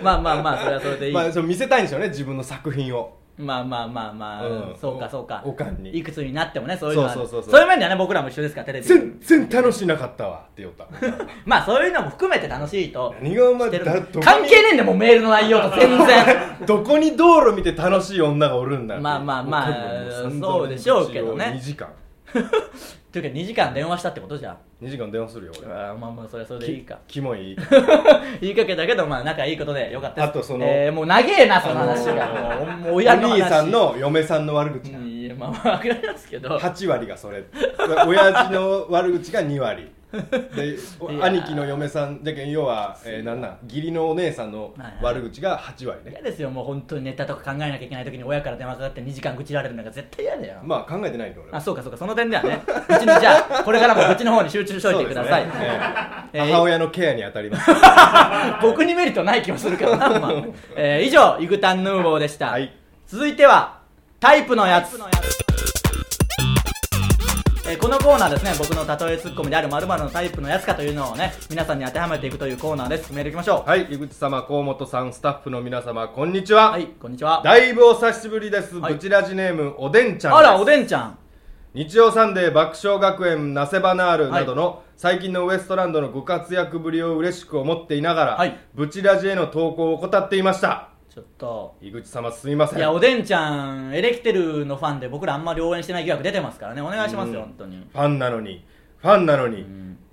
Speaker 1: うまあまあまあそれはそれでいい、
Speaker 2: まあ、その見せたいんでしょうね自分の作品を
Speaker 1: まあまあまあまあ、
Speaker 2: うん
Speaker 1: そうかそうか
Speaker 2: おおかんに
Speaker 1: いくつになってもねそういうのは
Speaker 2: そうそうそうそう
Speaker 1: そういう面ではね僕らも一緒ですからテレビ
Speaker 2: 全然楽しなかったわって言おった
Speaker 1: まあそういうのも含めて楽しいと
Speaker 2: 何がお前
Speaker 1: してる
Speaker 2: だどこに
Speaker 1: 関係ねえんだよもうメールの内容と全 然
Speaker 2: どこに道路見て楽しい女がおるんだって
Speaker 1: まあまあまあ
Speaker 2: もう多分も
Speaker 1: そうでしょうけどね
Speaker 2: 2時間
Speaker 1: というか2時間電話したってことじゃん
Speaker 2: 2時間電話するよ俺
Speaker 1: あーまあまあそれはそれでいいか
Speaker 2: キモい
Speaker 1: 言いかけたけどまあ仲いいことでよかったです
Speaker 2: あとその
Speaker 1: えーもう長えなその話がもうもう親の
Speaker 2: お
Speaker 1: 話
Speaker 2: 兄さんの嫁さんの悪口
Speaker 1: うんいやまあまあ分かりますけど
Speaker 2: 8割がそれ 親父の悪口が2割でお
Speaker 1: いやー
Speaker 2: 兄貴の嫁さんじゃけん要は、えーなんなん義理のお姉さんの悪口が8割ね
Speaker 1: 嫌ですよもう本当にネタとか考えなきゃいけない時に親から電話かかって2時間愚痴られるのが絶対嫌だよ
Speaker 2: まあ考えてないんで俺は
Speaker 1: あそうかそうかその点ではねうちのじゃあこれからもこっちの方に集中しといてください、
Speaker 2: そうですねえ
Speaker 1: えー
Speaker 2: ー母親のケアに当た ります。
Speaker 1: 僕にメリットない気もするけどな、 まあえー以上イグタンヌーボーでした、
Speaker 2: はい
Speaker 1: 続いてはタイプのやつえーこのコーナーですね僕の例えツッコミである〇〇のタイプのやつかというのをね皆さんに当てはめていくというコーナーですメールいきましょう
Speaker 2: はい、井口様、河本さん、スタッフの皆様、こんにちは。
Speaker 1: はいこんにちは
Speaker 2: だいぶお久しぶりです。
Speaker 1: はい
Speaker 2: ブチラジネーム、おでんちゃんです。
Speaker 1: あらおでんちゃん
Speaker 2: 日曜サンデー爆笑学園ナセバナール
Speaker 1: はい
Speaker 2: などの最近のウエストランドのご活躍ぶりを嬉しく思っていながら、
Speaker 1: はい
Speaker 2: ブチラジへの投稿を怠っていました
Speaker 1: ちょっと
Speaker 2: 井口様すみません
Speaker 1: いやおでんちゃんエレキテルのファンで僕らあんまり応援してない疑惑出てますからねお願いしますよ
Speaker 2: うん
Speaker 1: 本当に
Speaker 2: ファンなのにファンなのに、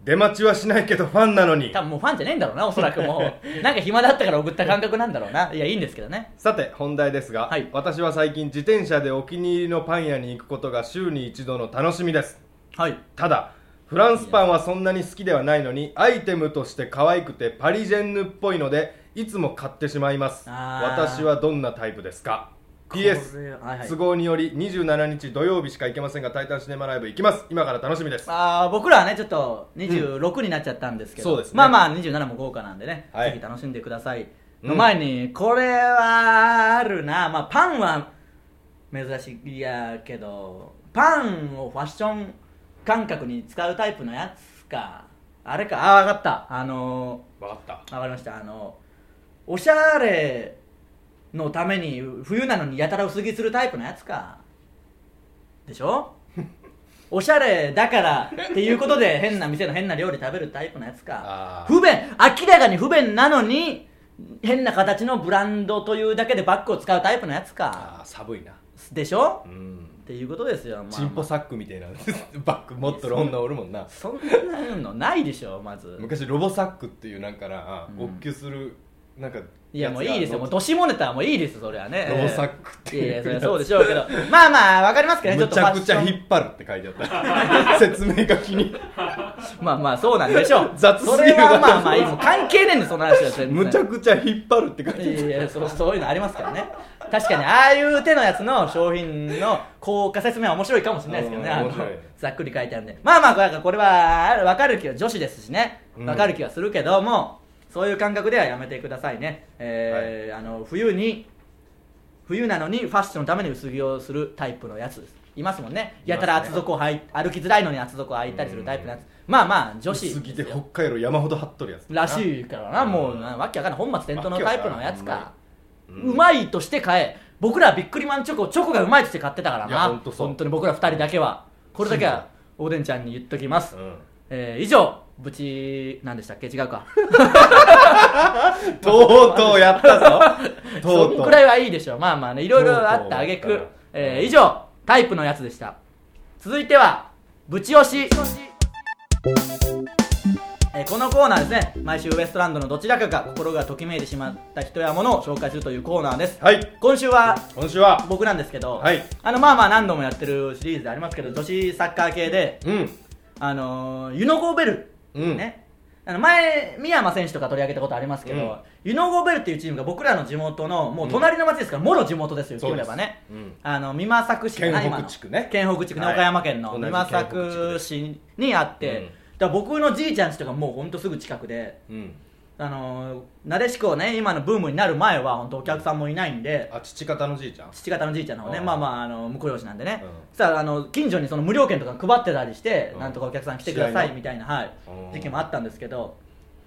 Speaker 2: 出待ちはしないけどファンなのに
Speaker 1: 多分もうファンじゃねえんだろうなおそらくも うなんか暇だったから送った感覚なんだろうないやいいんですけどね
Speaker 2: さて本題ですが、
Speaker 1: はい
Speaker 2: 私は最近自転車でお気に入りのパン屋に行くことが週に一度の楽しみです
Speaker 1: はい
Speaker 2: ただフランスパンはそんなに好きではないのにアイテムとして可愛くてパリジェンヌっぽいのでいつも買ってしまいます
Speaker 1: あー
Speaker 2: 私はどんなタイプですか
Speaker 1: これ
Speaker 2: PS、
Speaker 1: はいはい
Speaker 2: 都合により27日土曜日しか行けませんが「タイタンシネマライブ」行きます今から楽しみです
Speaker 1: あー僕らはねちょっと26になっちゃったんですけど、
Speaker 2: そうですね
Speaker 1: まあまあ27も豪華なんでね、
Speaker 2: はい
Speaker 1: ぜひ楽しんでください
Speaker 2: うん
Speaker 1: の前に、これはあるな、まあ、パンは珍しいやけどパンをファッション感覚に使うタイプのやつかあれかああ分かったあの
Speaker 2: 分かった
Speaker 1: ー、分かりましたあのおしゃれのために冬なのにやたら薄着するタイプのやつかでし ょおしゃれだからっていうことで変な店の変な料理食べるタイプのやつか
Speaker 2: あー
Speaker 1: 不便明らかに不便なのに変な形のブランドというだけでバッグを使うタイプのやつか
Speaker 2: あー寒いな
Speaker 1: でしょ
Speaker 2: うん
Speaker 1: っていうことですよ、まあまあ
Speaker 2: チンポサックみたいな バッグ持っとる女おるもんな
Speaker 1: そんなのないでしょまず
Speaker 2: 昔ロボサックっていうなんかな
Speaker 1: うん
Speaker 2: おっきゅするなんか
Speaker 1: いやもういいですよもう
Speaker 2: ど
Speaker 1: どしもネタはもういいですよそれはね
Speaker 2: ロボサックっていう
Speaker 1: やいやそれはそうでしょうけ どまあまあわかりますけどね
Speaker 2: むちゃくちゃ
Speaker 1: ファッション
Speaker 2: 引っ張るって書いてあった 説明 書きに
Speaker 1: まあまあそうなんでしょう
Speaker 2: 雑すぎる
Speaker 1: それはまあまあいいもう関係ねえんでその話は全然
Speaker 2: むちゃくちゃ引っ張るって書いてあった
Speaker 1: いやいやそうそういうのありますからね確かにああいう手のやつの商品の効果説明は面白いかもしれないですけどね
Speaker 2: うん
Speaker 1: あの
Speaker 2: 面白い
Speaker 1: ざっくり書いてあるんでまあまあなんかこれは分かる気は女子ですしね
Speaker 2: うん
Speaker 1: 分かる気はするけども、そういう感覚ではやめてくださいね、えーあの冬に冬なのにファッションのために薄着をするタイプのやつですいますもんねやたら厚底を履い歩きづらいのに厚底を履いたりするタイプのやつまあまあ女子
Speaker 2: 薄着で北海道山ほど張っとるやつ
Speaker 1: らしいからな、
Speaker 2: うん
Speaker 1: もうなわけわかんない本末転倒のタイプのやつか
Speaker 2: わ
Speaker 1: う
Speaker 2: けわからん
Speaker 1: まいとして買え僕らはビックリマンチョコチョコがうまいとして買ってたから
Speaker 2: いや
Speaker 1: な
Speaker 2: ほんとそう
Speaker 1: に僕ら2人だけはこれだけはおでんちゃんに言っときます、
Speaker 2: うん
Speaker 1: えー以上ブチ何でしたっけ違うか
Speaker 2: とうとうやったぞ と
Speaker 1: そう
Speaker 2: と
Speaker 1: ん
Speaker 2: う
Speaker 1: くらいはいいでしょうまあまあねいろいろあったあげ
Speaker 2: とう
Speaker 1: く
Speaker 2: とう
Speaker 1: えー以上タイプのやつでした続いてはブチ押しえーこのコーナーですね毎週ウエストランドのどちらかが心がときめいてしまった人や物を紹介するというコーナーです
Speaker 2: はい
Speaker 1: 今週は
Speaker 2: 今週は
Speaker 1: 僕なんですけど、
Speaker 2: はい
Speaker 1: あのまあまあ何度もやってるシリーズでありますけど女子サッカー系で、
Speaker 2: うん
Speaker 1: あのーユノゴベル、
Speaker 2: うん
Speaker 1: ね、あの前宮山選手とか取り上げたことありますけど、
Speaker 2: うん
Speaker 1: ユノゴベルっていうチームが僕らの地元のもう隣の町ですから、もろ地元ですよ言ってみればね、
Speaker 2: そうです
Speaker 1: あの美馬作市かな
Speaker 2: 県北
Speaker 1: 今の
Speaker 2: 地区ね
Speaker 1: 県北地区ね、
Speaker 2: はい
Speaker 1: 岡山県の
Speaker 2: 同じ
Speaker 1: 美
Speaker 2: 県
Speaker 1: 馬
Speaker 2: 北地区で
Speaker 1: 作市にあって、
Speaker 2: うん
Speaker 1: だから僕のじいちゃんちとかもうほんとすぐ近くで。
Speaker 2: うん
Speaker 1: あのーなでしこね今のブームになる前は本当お客さんもいないんで、
Speaker 2: あ父方のじいちゃん
Speaker 1: 父方のじいちゃんの方ね、
Speaker 2: うん
Speaker 1: まあまああの婿養子なんでね、
Speaker 2: うん
Speaker 1: そしたらあの近所にその無料券とか配ってたりして、
Speaker 2: うん
Speaker 1: なんとかお客さん来てくださ
Speaker 2: 試合
Speaker 1: い
Speaker 2: の
Speaker 1: みたいな、はい
Speaker 2: うん
Speaker 1: 時期もあったんですけど、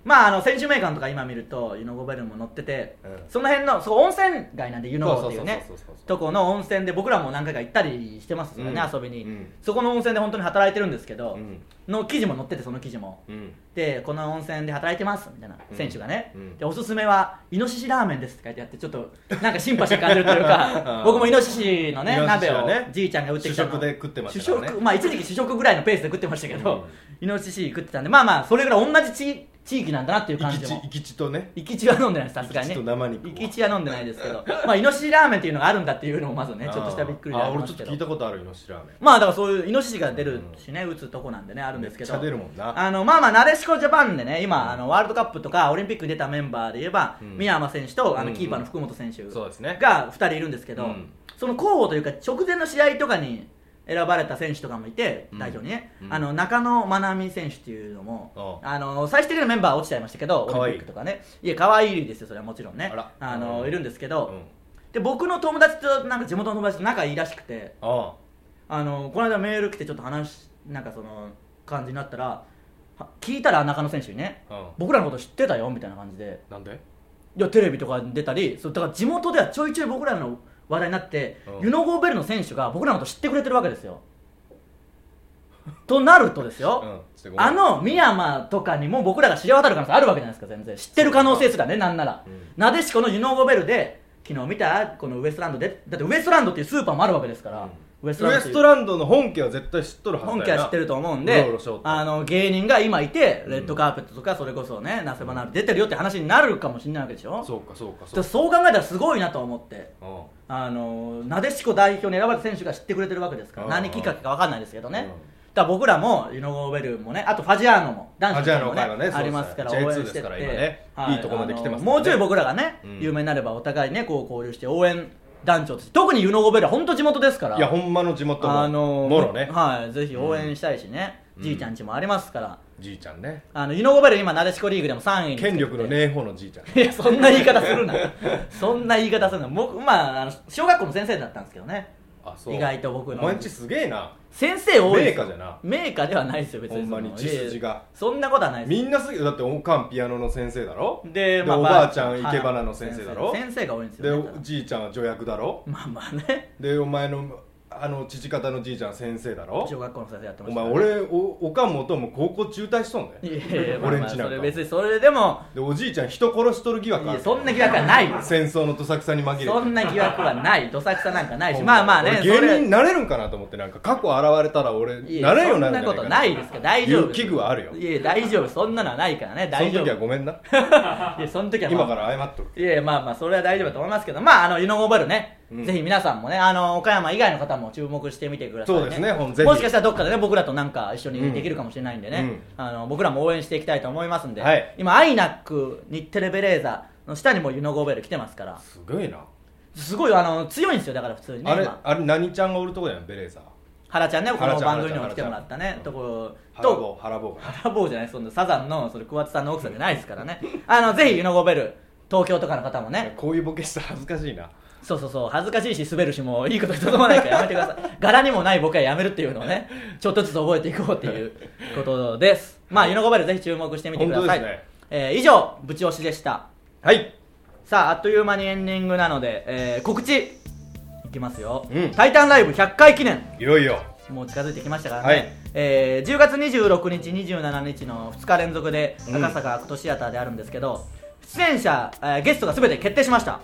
Speaker 1: まああの選手名鑑とか今見るとユノゴベルも載ってて、
Speaker 2: うん
Speaker 1: その辺のそう温泉街なんでユノゴっていうね
Speaker 2: そうそうそうそうそう
Speaker 1: とこの温泉で僕らも何回か行ったりしてますよね、
Speaker 2: うん
Speaker 1: 遊びに、
Speaker 2: うん
Speaker 1: そこの温泉で本当に働いてるんですけど、
Speaker 2: うん
Speaker 1: の記事も載っててその記事も。
Speaker 2: うん
Speaker 1: でこの温泉で働いてますみたいな選手がね、
Speaker 2: うんうん
Speaker 1: でおすすめはイノシシラーメンですって書いてあってちょっとなんかシンパシー感じるというか
Speaker 2: うん
Speaker 1: 僕もイノシシのね
Speaker 2: イノシシ
Speaker 1: 鍋
Speaker 2: は
Speaker 1: を
Speaker 2: ね
Speaker 1: じいちゃんが打ってきたの
Speaker 2: 主食で食ってましたからね
Speaker 1: 主食まあ一時期主食ぐらいのペースで食ってましたけど、イノシシ食ってたんでまあまあそれぐらい同じ地地域なんだなっていう
Speaker 2: 生
Speaker 1: 感
Speaker 2: き
Speaker 1: じ
Speaker 2: 地
Speaker 1: も
Speaker 2: 生き地とね
Speaker 1: 行き血は飲んでないですさすがにね
Speaker 2: 生き血と生肉を
Speaker 1: 生き血は飲んでないですけどまあイノシシラーメンっていうのがあるんだっていうのもまずねちょっとしたびっくりで
Speaker 2: あ
Speaker 1: あ
Speaker 2: ーあー
Speaker 1: り
Speaker 2: 俺
Speaker 1: ま
Speaker 2: ちょ
Speaker 1: すけ
Speaker 2: っと
Speaker 1: ど
Speaker 2: 聞いたことあるイノシシラーメン
Speaker 1: まあだからそういうイノシシが出るしね、打つとこなんでねあるんですけど
Speaker 2: めっちゃ出るもんな
Speaker 1: あのまあまあなでしこジャパンでね今、あのワールドカップとかオリンピックに出たメンバーで言えば、
Speaker 2: うん
Speaker 1: 宮山選手とあ
Speaker 2: うん
Speaker 1: の
Speaker 2: うん
Speaker 1: キーパーの福本選手
Speaker 2: そうですね
Speaker 1: が2人いるんですけど、
Speaker 2: うん
Speaker 1: その候補というか直前の試合とかに選ばれた選手とかもいて
Speaker 2: うん
Speaker 1: 代表にね、
Speaker 2: うん
Speaker 1: あの中野真美選手っていうのも
Speaker 2: あ
Speaker 1: あの最終的なメンバーは落ちちゃいましたけど
Speaker 2: 可
Speaker 1: オ
Speaker 2: 愛
Speaker 1: リ
Speaker 2: い
Speaker 1: ンピックとかねいや可愛いですよそれはもちろんね
Speaker 2: あら
Speaker 1: のいるんですけど、
Speaker 2: うん
Speaker 1: で僕の友達となんか地元の友達と仲いいらしくて。
Speaker 2: あ
Speaker 1: あのこの間メール来てちょっと話しなんかその感じになったらは聞いたら中野選手にね
Speaker 2: あうん
Speaker 1: 僕らのこと知ってたよみたいな感じで
Speaker 2: なんで
Speaker 1: いやテレビとかに出たりそうだから地元ではちょいちょい僕らの話題になって、
Speaker 2: うん
Speaker 1: ユノゴーベルの選手が僕らのこと知ってくれてるわけですよとなるとです
Speaker 2: う
Speaker 1: よ、
Speaker 2: んちょっとごめん
Speaker 1: あの深山とかにも僕らが知れ渡る可能性あるわけじゃないですか全然知ってる可能性すらねなんなら、
Speaker 2: うん
Speaker 1: なでしこのユノゴーベルで昨日見たこのウエストランドでだってウエストランドっていうスーパーもあるわけですから、
Speaker 2: ウエス
Speaker 1: トランドっていう
Speaker 2: トランドの本家は絶対知っとるはずだ
Speaker 1: 本
Speaker 2: よな
Speaker 1: 家は知ってると思うんで
Speaker 2: うろうろしようと
Speaker 1: あの芸人が今いて
Speaker 2: うん
Speaker 1: レッドカーペットとかそれこそねなせばなる出てるよって話になるかもしれないわけでしょ
Speaker 2: そうかそうか
Speaker 1: そ
Speaker 2: そううか
Speaker 1: そう考えたらすごいなと思って
Speaker 2: うん
Speaker 1: あのなでしこ代表に選ばれた選手が知ってくれてるわけですから
Speaker 2: うん
Speaker 1: 何きっかけか分かんないですけどね、
Speaker 2: うん
Speaker 1: だから僕らもユノゴーベルもねあとファジアーノも男子
Speaker 2: ファジアーノ
Speaker 1: の
Speaker 2: の会はね
Speaker 1: ありますから応
Speaker 2: そう
Speaker 1: 援
Speaker 2: ですね
Speaker 1: して
Speaker 2: J2 で
Speaker 1: って
Speaker 2: すから今ねいいとこまで来てま
Speaker 1: あ
Speaker 2: すからね
Speaker 1: のもうちょい僕らがね、
Speaker 2: うん
Speaker 1: 有名になればお互いねこう交流して応援団長として特に湯のゴベルは本当地元ですから
Speaker 2: いやほんまの地元の
Speaker 1: あのー
Speaker 2: もろね
Speaker 1: はい、ぜひ応援したいしね、じいちゃん家もありますから
Speaker 2: じいちゃんね
Speaker 1: あの湯のゴベル今なでしこリーグでも3位につけて
Speaker 2: 権力のねえ方のじいちゃん
Speaker 1: いやそんな言い方するなそんな言い方するな僕まああの小学校の先生だったんですけどね
Speaker 2: あ
Speaker 1: 意外と僕の
Speaker 2: お前んちすげえな
Speaker 1: 先生多いですよ
Speaker 2: 名家じゃな
Speaker 1: 名家ではないですよ別に
Speaker 2: ほんまに
Speaker 1: その
Speaker 2: 血筋が
Speaker 1: いやいやそんなことはないです
Speaker 2: みんなすげえだっておかんピアノの先生だろ
Speaker 1: で、まあ、
Speaker 2: おばあちゃん生け花の
Speaker 1: はい
Speaker 2: 先生だろ
Speaker 1: 先生が多いんです
Speaker 2: で
Speaker 1: よ、ね、
Speaker 2: おじいちゃんは助役だろ
Speaker 1: まあまあね
Speaker 2: でお前のあの父方のじいちゃんは先生だろ
Speaker 1: 小学校の先生やってま
Speaker 2: お
Speaker 1: した
Speaker 2: 前
Speaker 1: ね、
Speaker 2: 俺おおかんもおとんも高校中退しとんね
Speaker 1: いやいやまあ
Speaker 2: 俺ん
Speaker 1: まあ
Speaker 2: ち
Speaker 1: そ
Speaker 2: なん
Speaker 1: れ
Speaker 2: か
Speaker 1: 別にそれでも
Speaker 2: でおじいちゃん人殺しとる疑
Speaker 1: い
Speaker 2: 惑あ
Speaker 1: や
Speaker 2: る
Speaker 1: そんな疑惑はないよ
Speaker 2: 戦争のどさくさに紛れて
Speaker 1: そんな疑惑はないどさくさなんかないしまあまあね
Speaker 2: 俺
Speaker 1: それ
Speaker 2: 芸人になれるんかなと思ってなんか過去現れたら俺
Speaker 1: いや
Speaker 2: なれるようにな
Speaker 1: そ
Speaker 2: る
Speaker 1: んなこと
Speaker 2: じゃ
Speaker 1: ないですから大丈夫
Speaker 2: いう危惧はあるよ
Speaker 1: いや大丈夫そんなのはないからね
Speaker 2: その
Speaker 1: 大丈夫
Speaker 2: 時はごめんない
Speaker 1: やその時は、まあ、
Speaker 2: 今から謝っとく
Speaker 1: いやいやまあまあそれは大丈夫だと思いますけどまああの湯のゴベルね、
Speaker 2: うん
Speaker 1: ぜひ皆さんもねあの岡山以外の方も注目してみてくださいね
Speaker 2: そうですねほんぜひ
Speaker 1: もしかしたらどっかでね僕らとなんか一緒にできるかもしれないんでね、あの僕らも応援していきたいと思いますんで、
Speaker 2: はい
Speaker 1: 今アイナック日テレベレーザの下にも湯のゴベル来てますから
Speaker 2: すごいな
Speaker 1: すごいあの強いんですよだから普通にね
Speaker 2: あれ
Speaker 1: 今
Speaker 2: あれ何ちゃんがおるとこやんベレーザ
Speaker 1: 原ちゃんねこ
Speaker 2: 原
Speaker 1: の
Speaker 2: ちゃん
Speaker 1: 番組にも
Speaker 2: 原ち
Speaker 1: 来
Speaker 2: ゃん
Speaker 1: てもらったね
Speaker 2: 原ちゃ
Speaker 1: と
Speaker 2: ん
Speaker 1: ころ
Speaker 2: 腹
Speaker 1: と
Speaker 2: 棒腹棒が
Speaker 1: 原坊じゃないそのサザンのそれ桑田さんの奥さんじゃないですからねあのぜひ湯のゴベル東京とかの方もね
Speaker 2: こういうボケしたら恥ずかしいな
Speaker 1: そうそうそう恥ずかしいし滑るしもういいこと一つもないからやめてくだ さい柄にもない僕はやめるっていうのをねちょっとずつ覚えていこうっていうことですまあ湯のゴベルぜひ注目してみてください、
Speaker 2: 本当ですね
Speaker 1: えー以上ブチ押しでした
Speaker 2: はい
Speaker 1: さああっという間にエンディングなので、えー告知いきますよ、
Speaker 2: うん
Speaker 1: タイタンライブ100回記念
Speaker 2: いよいよ
Speaker 1: もう近づいてきましたからね、
Speaker 2: はい
Speaker 1: えー10月26日27日の2日連続で
Speaker 2: うん
Speaker 1: 赤坂アクトシアターであるんですけど、出演者、えーゲストが全て決定しました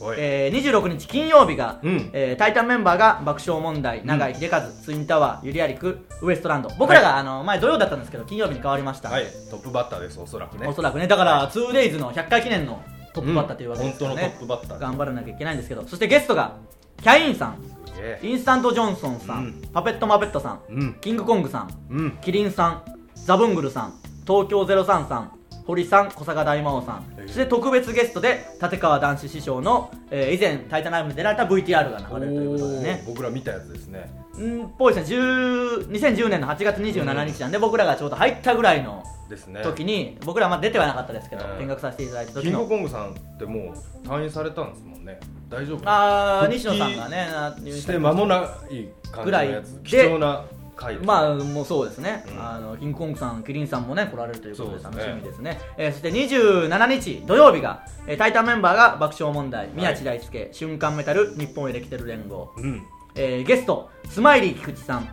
Speaker 2: おい
Speaker 1: えー26日金曜日が、
Speaker 2: うん
Speaker 1: えータイタンメンバーが爆笑問題永井秀和、ツインタワーゆりやりくウエストランド僕らが、あの前土曜だったんですけど金曜日に変わりました、
Speaker 2: はいトップバッターですおそらくね
Speaker 1: おそらくねだから 2days の100回記念のトップバッターというわけですからね、
Speaker 2: うん本当のトップバッター
Speaker 1: 頑張らなきゃいけないんですけどそしてゲストがキャインさん
Speaker 2: すげえ
Speaker 1: インスタントジョンソンさん、
Speaker 2: うん
Speaker 1: パペットマペットさん、
Speaker 2: うん
Speaker 1: キングコングさん
Speaker 2: うん
Speaker 1: キリンさんザブングルさん東京03さん堀さん小坂大魔王さん
Speaker 2: ええ
Speaker 1: そして特別ゲストで立川談志師匠の、えー以前「タイタンライブ」に出られた VTR が流れるということでね
Speaker 2: おー僕ら見たやつですね
Speaker 1: うんぽいですね10 2010年の8月27日なんで、僕らがちょうど入ったぐらいの
Speaker 2: ですね
Speaker 1: 時に、僕らはまあ出てはなかったですけど、
Speaker 2: ええ
Speaker 1: 見学させていただいた
Speaker 2: キ
Speaker 1: 時
Speaker 2: ング
Speaker 1: の
Speaker 2: コングさんってもう退院されたんですもんね大丈夫
Speaker 1: あー
Speaker 2: 復帰
Speaker 1: 西野さんがねな
Speaker 2: して間もない感じのやつ
Speaker 1: ぐらいで
Speaker 2: 貴重な回ですね
Speaker 1: まあもうそうですね、
Speaker 2: うん
Speaker 1: あのキングコングさん、キリンさんもね来られるということで
Speaker 2: そう
Speaker 1: 楽
Speaker 2: です
Speaker 1: し
Speaker 2: ね
Speaker 1: みですねえーそして27日土曜日が、えータイタンメンバーが爆笑問題、宮地大輔瞬間メタル日本エレキテル連合、
Speaker 2: うん
Speaker 1: えーゲストスマイリー菊池さん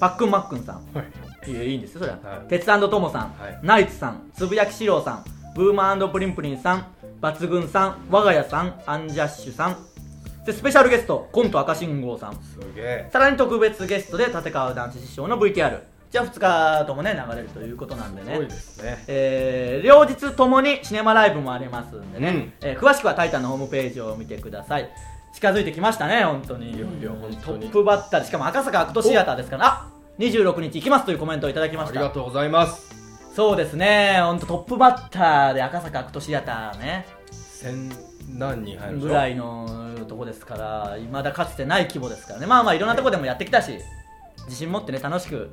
Speaker 1: パックンマックンさん
Speaker 2: はい
Speaker 1: いやいいんですよそれは、
Speaker 2: はい
Speaker 1: 鉄アンドトモさん、
Speaker 2: はい
Speaker 1: ナイツさんつぶやきしろうさんブーマープリンプリンさん抜群さん我が家さんアンジャッシュさんでスペシャルゲストコント赤信号さん
Speaker 2: すげえ
Speaker 1: さらに特別ゲストで立川談志師匠の VTR じゃあ2日ともね流れるということなんです
Speaker 2: ごい
Speaker 1: ね
Speaker 2: ですね
Speaker 1: えー両日ともにシネマライブもありますんでね、
Speaker 2: うん
Speaker 1: えー詳しくは「タイタン」のホームページを見てください近づいてきましたね本当に
Speaker 2: いよいよ本当に
Speaker 1: トップバッターでしかも赤坂アクトシアターですからあ26日行きますというコメントをいただきま
Speaker 2: あ
Speaker 1: し
Speaker 2: りが
Speaker 1: た
Speaker 2: とうございます
Speaker 1: そうですね本当トップバッターで赤坂アクトシアターね
Speaker 2: 千何人入るでしょ
Speaker 1: ぐらいのとこですからいまだかつてない規模ですからねまあまあいろんなとこでもやってきたし自信持ってね楽しく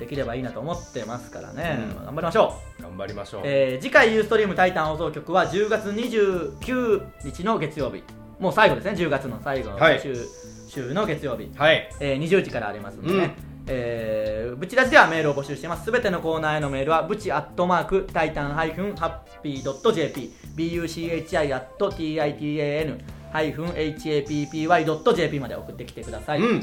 Speaker 1: できればいいなと思ってますからね、
Speaker 2: うん
Speaker 1: 頑張りましょう、
Speaker 2: 頑張りましょう
Speaker 1: えー次回「ユーストリームタイタン」放送局は10月29日の月曜日もう最後ですね10月の最後の週,、
Speaker 2: はい
Speaker 1: 週の月曜日、
Speaker 2: はい
Speaker 1: えー20時からありますんでね、
Speaker 2: うん
Speaker 1: えーブチラジではメールを募集してますすべてのコーナーへのメールはブチアットマークタイタンハイフンハッピードット JP buchi アット titan ハイフン happy ドット JP まで送ってきてください、
Speaker 2: う
Speaker 1: い
Speaker 2: ん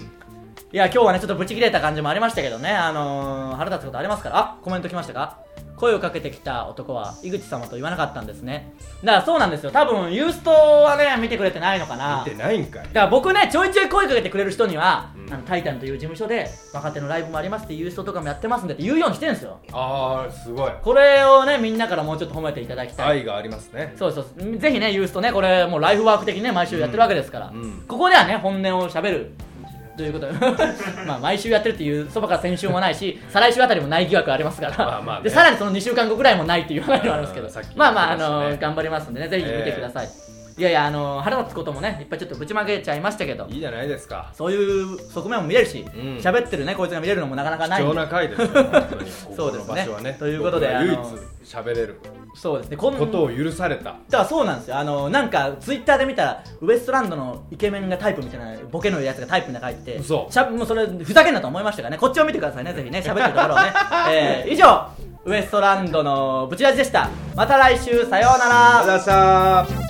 Speaker 1: や今日はねちょっとブチ切れた感じもありましたけどねあのー、腹立つことありますからあコメント来ましたか声をかけてきた男は井口様と言わなかったんですねだからそうなんですよ多分ユーストはね見てくれてないのかな
Speaker 2: 見てないんかい
Speaker 1: だから僕ねちょいちょい声かけてくれる人には「
Speaker 2: うん
Speaker 1: あのタイタン」という事務所で若手のライブもありますっていう人とかもやってますんでって言うようにしてるんですよ
Speaker 2: ああすごい
Speaker 1: これをねみんなからもうちょっと褒めていただきたい、
Speaker 2: 愛がありますね
Speaker 1: そうそうそうぜひねユースとねこれもうライフワーク的にね毎週やってるわけですから、
Speaker 2: うんうん
Speaker 1: ここではね本音をしゃべるということで まあ毎週やってるっていうそばから先週もないし再来週あたりもない疑惑ありますから
Speaker 2: まあまあね
Speaker 1: でさらにその2週間後ぐらいもないっていう話もありますけど
Speaker 2: うんさっき言って
Speaker 1: まあまあ、あ
Speaker 2: ましたね
Speaker 1: の頑張りますんでねぜひ見てください、いやいやあの腹立つこともねいっぱいちょっとぶちまけちゃいましたけど
Speaker 2: いいじゃないですか
Speaker 1: そういう側面も見れるし
Speaker 2: ん
Speaker 1: 喋、ってるねこいつが見れるのもなかなかない
Speaker 2: 貴
Speaker 1: ん
Speaker 2: 重
Speaker 1: で
Speaker 2: な回ですよ本当に
Speaker 1: そうですね
Speaker 2: ここの場所はね
Speaker 1: ということで
Speaker 2: 僕が唯一
Speaker 1: あの
Speaker 2: 喋れる
Speaker 1: そうですねこん
Speaker 2: ことを許された
Speaker 1: だからそうなんですよあのなんかツイッターで見たらウエストランドのイケメンがタイプみたいなボケのやつがタイプみたいな書いてて
Speaker 2: 嘘
Speaker 1: しゃもうそれふざけんなと思いましたからねこっちを見てくだ さいねぜひね喋ってるところをね、えー以上ウエストランドのブチラジでしたまた来週さようなら
Speaker 2: ありがとうございました